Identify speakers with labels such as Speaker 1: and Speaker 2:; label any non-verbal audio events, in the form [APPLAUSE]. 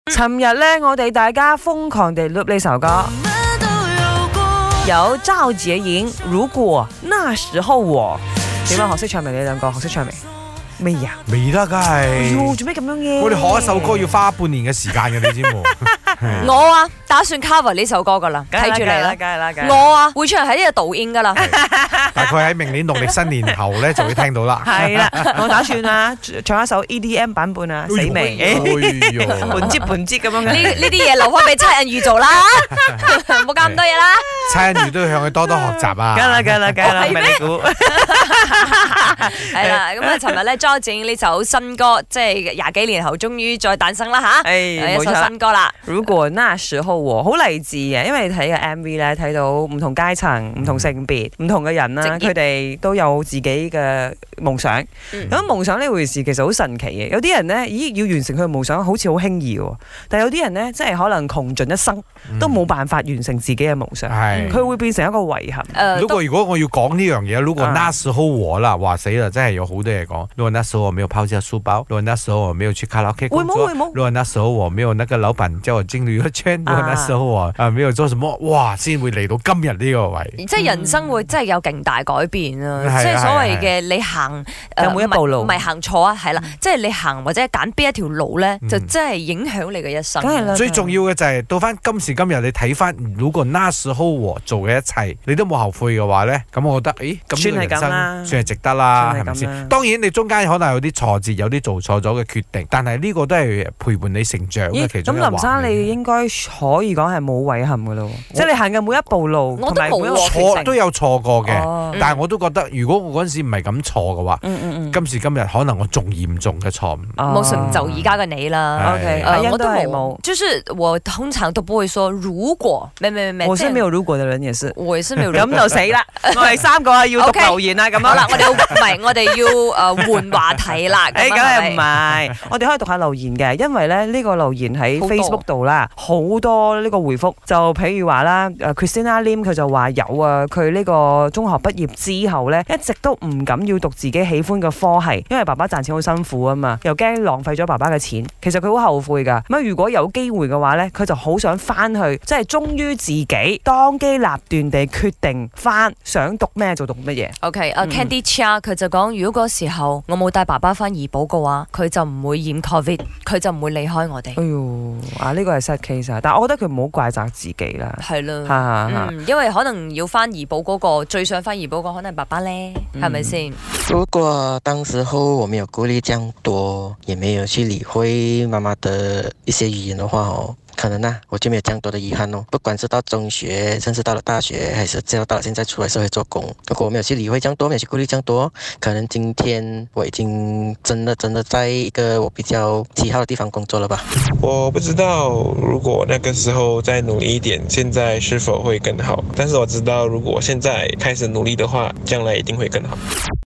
Speaker 1: 嗯尋日咧，我哋大家瘋狂地 loop 呢首歌，有趙潔瑩。如果那時候我點啊？學識唱未？你兩個學識唱未？未呀？
Speaker 2: 未得，梗
Speaker 1: 喲，
Speaker 2: 係。
Speaker 1: 做咩咁樣嘅？
Speaker 2: 我哋學一首歌要花半年嘅時間嘅，你知
Speaker 1: [LAUGHS]
Speaker 2: 冇？
Speaker 3: 我啊，打算 cover 呢首歌噶啦，
Speaker 1: 嗯梗係
Speaker 3: 睇住你啦。
Speaker 1: 梗係啦，哦梗係啦。
Speaker 3: 我啊，會出人喺呢個導
Speaker 1: [LAUGHS]
Speaker 3: 演噶啦。
Speaker 2: 大概喺明年農曆新年後咧就會聽到啦。哎
Speaker 1: 係啦，我打算啊，唱一首 EDM 版本啊，死
Speaker 2: 哎
Speaker 1: [LAUGHS] 未？
Speaker 2: 呦
Speaker 1: 半截半截咁樣
Speaker 3: 呢
Speaker 1: 嘅。
Speaker 3: 呢啲嘢留翻俾七人預做啦， [LAUGHS] 唔好搞咁多嘢啦。
Speaker 2: 餐魚都要向佢多多學習啊！
Speaker 1: 梗啦梗啦梗啦，
Speaker 3: 係
Speaker 1: 唔係你估？嗯
Speaker 3: 係啦，咁啊，尋日咧 j o 呢首新歌，即係廿幾年後終於再誕生啦吓，
Speaker 1: 誒
Speaker 3: 有
Speaker 1: 哎冇錯
Speaker 3: 一首
Speaker 1: 啦
Speaker 3: 新歌啦。
Speaker 1: 如果那時候我好勵志嘅，因為你睇嘅 M V 咧，睇到唔同階層、唔同性別、唔同嘅人啦，
Speaker 3: 職業
Speaker 1: 佢哋都有自己嘅夢想。
Speaker 3: 嗯
Speaker 1: 咁夢想呢回事其實好神奇嘅，有啲人呢，咦要完成佢嘅夢想好似好輕易喎，但有啲人呢，真係可能窮盡一生都冇辦法完成自己嘅夢想，
Speaker 2: 係。
Speaker 1: 佢會變成一個遺憾。
Speaker 3: 誒
Speaker 2: 如
Speaker 3: 呃都
Speaker 2: 果如果我要講呢樣嘢，如果
Speaker 1: 啊
Speaker 2: 那時候我啦，哇死啦，真係有好多嘢講。如果那時候我沒有拋下書包，如果那時候我沒有去卡拉 OK 工
Speaker 1: 會冇
Speaker 2: 作，
Speaker 1: 會冇
Speaker 2: 如果那時候我沒有那個老闆叫我進娛樂圈，如果那時候我啊沒有做什麼，哇先會嚟到今日呢個位。
Speaker 3: 即係人生
Speaker 1: 嗯
Speaker 3: 會真係有勁大改變啊！
Speaker 2: 嗯係啊
Speaker 3: 即係所謂
Speaker 2: 係
Speaker 3: 嘅你行
Speaker 1: 有
Speaker 3: 誒
Speaker 1: 每一步路嗯
Speaker 3: 唔係行錯啊，係啦，即係你行或者揀邊一條路咧，
Speaker 2: 嗯
Speaker 3: 就真係影響你嘅一生。啊
Speaker 1: 梗係啦
Speaker 2: 最重要嘅就係到翻今時今日，你睇翻如果那時候我做嘅一切，你都冇後悔嘅話咧，咁我覺得，咦，咁呢個
Speaker 1: 算係
Speaker 2: 人
Speaker 1: 咁啦
Speaker 2: 生算係值得啦，
Speaker 1: 算係
Speaker 2: 係
Speaker 1: 咁啦
Speaker 2: 咪先？當然你中間可能有啲挫折，有啲做錯咗嘅決定，但係呢個都係陪伴你成長
Speaker 1: 咦
Speaker 2: 嘅其
Speaker 1: 咁
Speaker 2: 中一環嚟嘅。
Speaker 1: 林生你應該可以講係冇遺憾噶咯，即係你行嘅每一步路，
Speaker 3: 我都
Speaker 1: 同埋每一個
Speaker 3: 冇
Speaker 1: 決
Speaker 2: 錯
Speaker 1: 定
Speaker 2: 都有錯過嘅，
Speaker 1: 哦
Speaker 2: 但係我都覺得，如果我嗰陣時唔係咁錯嘅話，
Speaker 1: 嗯嗯嗯
Speaker 2: 今時今日可能我仲嚴重嘅錯誤。
Speaker 3: 冇成就而家嘅你啦。
Speaker 2: 啊
Speaker 1: OK，
Speaker 2: 係
Speaker 1: 哦阿
Speaker 3: 呃
Speaker 1: 欣
Speaker 3: 我
Speaker 1: 都
Speaker 3: 都
Speaker 1: 係
Speaker 3: 冇
Speaker 1: 冇，。
Speaker 3: 就是我通常都不會說如果，咩咩咩，
Speaker 1: 我是
Speaker 3: 即係
Speaker 1: 沒有如果的人，也是。
Speaker 3: 我是
Speaker 1: [LAUGHS]
Speaker 3: 沒有如
Speaker 1: 咁就死啦！我哋三個啊要讀
Speaker 3: OK
Speaker 1: 留言啦，咁
Speaker 3: 好
Speaker 1: 樣
Speaker 3: 啦
Speaker 1: 啦，。
Speaker 3: 我哋要唔係我哋要呃誒換話
Speaker 1: [LAUGHS]
Speaker 3: 題啦。
Speaker 1: 誒，
Speaker 3: 咁
Speaker 1: 哎梗
Speaker 3: 啊
Speaker 1: 係唔？
Speaker 3: [LAUGHS]
Speaker 1: 係？我哋可以讀下留言嘅，因為咧呢個留言喺
Speaker 3: 好多
Speaker 1: Facebook 度啦，好多呢個回覆。就譬如話啦，誒 Christina Lim 佢就話有啊，佢呢個中學畢業之後咧，一直都唔敢要讀自己喜歡嘅科系，因為爸爸賺錢好辛苦啊嘛，又驚浪費咗爸爸嘅錢。其實佢好後悔㗎。咁如果有機會嘅話咧，佢就好想翻去，即係忠於自己，當機立斷地決定翻想讀咩就讀乜嘢。
Speaker 3: OK，阿
Speaker 1: 嗯
Speaker 3: Candy Chia 佢就講：如果嗰時候我冇帶爸爸翻怡保嘅話，佢就唔會染 Covid，佢就唔會離開
Speaker 1: [LAUGHS]
Speaker 3: 我哋。
Speaker 1: 哎呦，啊呢個係 sad case 啊，但係我覺得佢唔好怪責自己啦。
Speaker 3: 係咯
Speaker 1: 嚇。嚇嚇
Speaker 3: 嗯，因為可能要翻怡保嗰、個，最想翻怡保嗰個可能係爸爸咧，係
Speaker 1: 嗯
Speaker 3: 咪先？
Speaker 4: 如果当时候我没有顾虑这样多，也没有去理会妈妈的一些语言的话哦，可能呢、我就没有这样多的遗憾哦。不管是到中学，甚至到了大学，还是直到到了现在出来社会做工，如果我没有去理会这样多，没有去顾虑这样多，可能今天我已经真的真的在一个我比较喜好的地方工作了吧。
Speaker 5: 我不知道如果那个时候再努力一点，现在是否会更好。但是我知道，如果现在开始努力的话，将来一定会更好。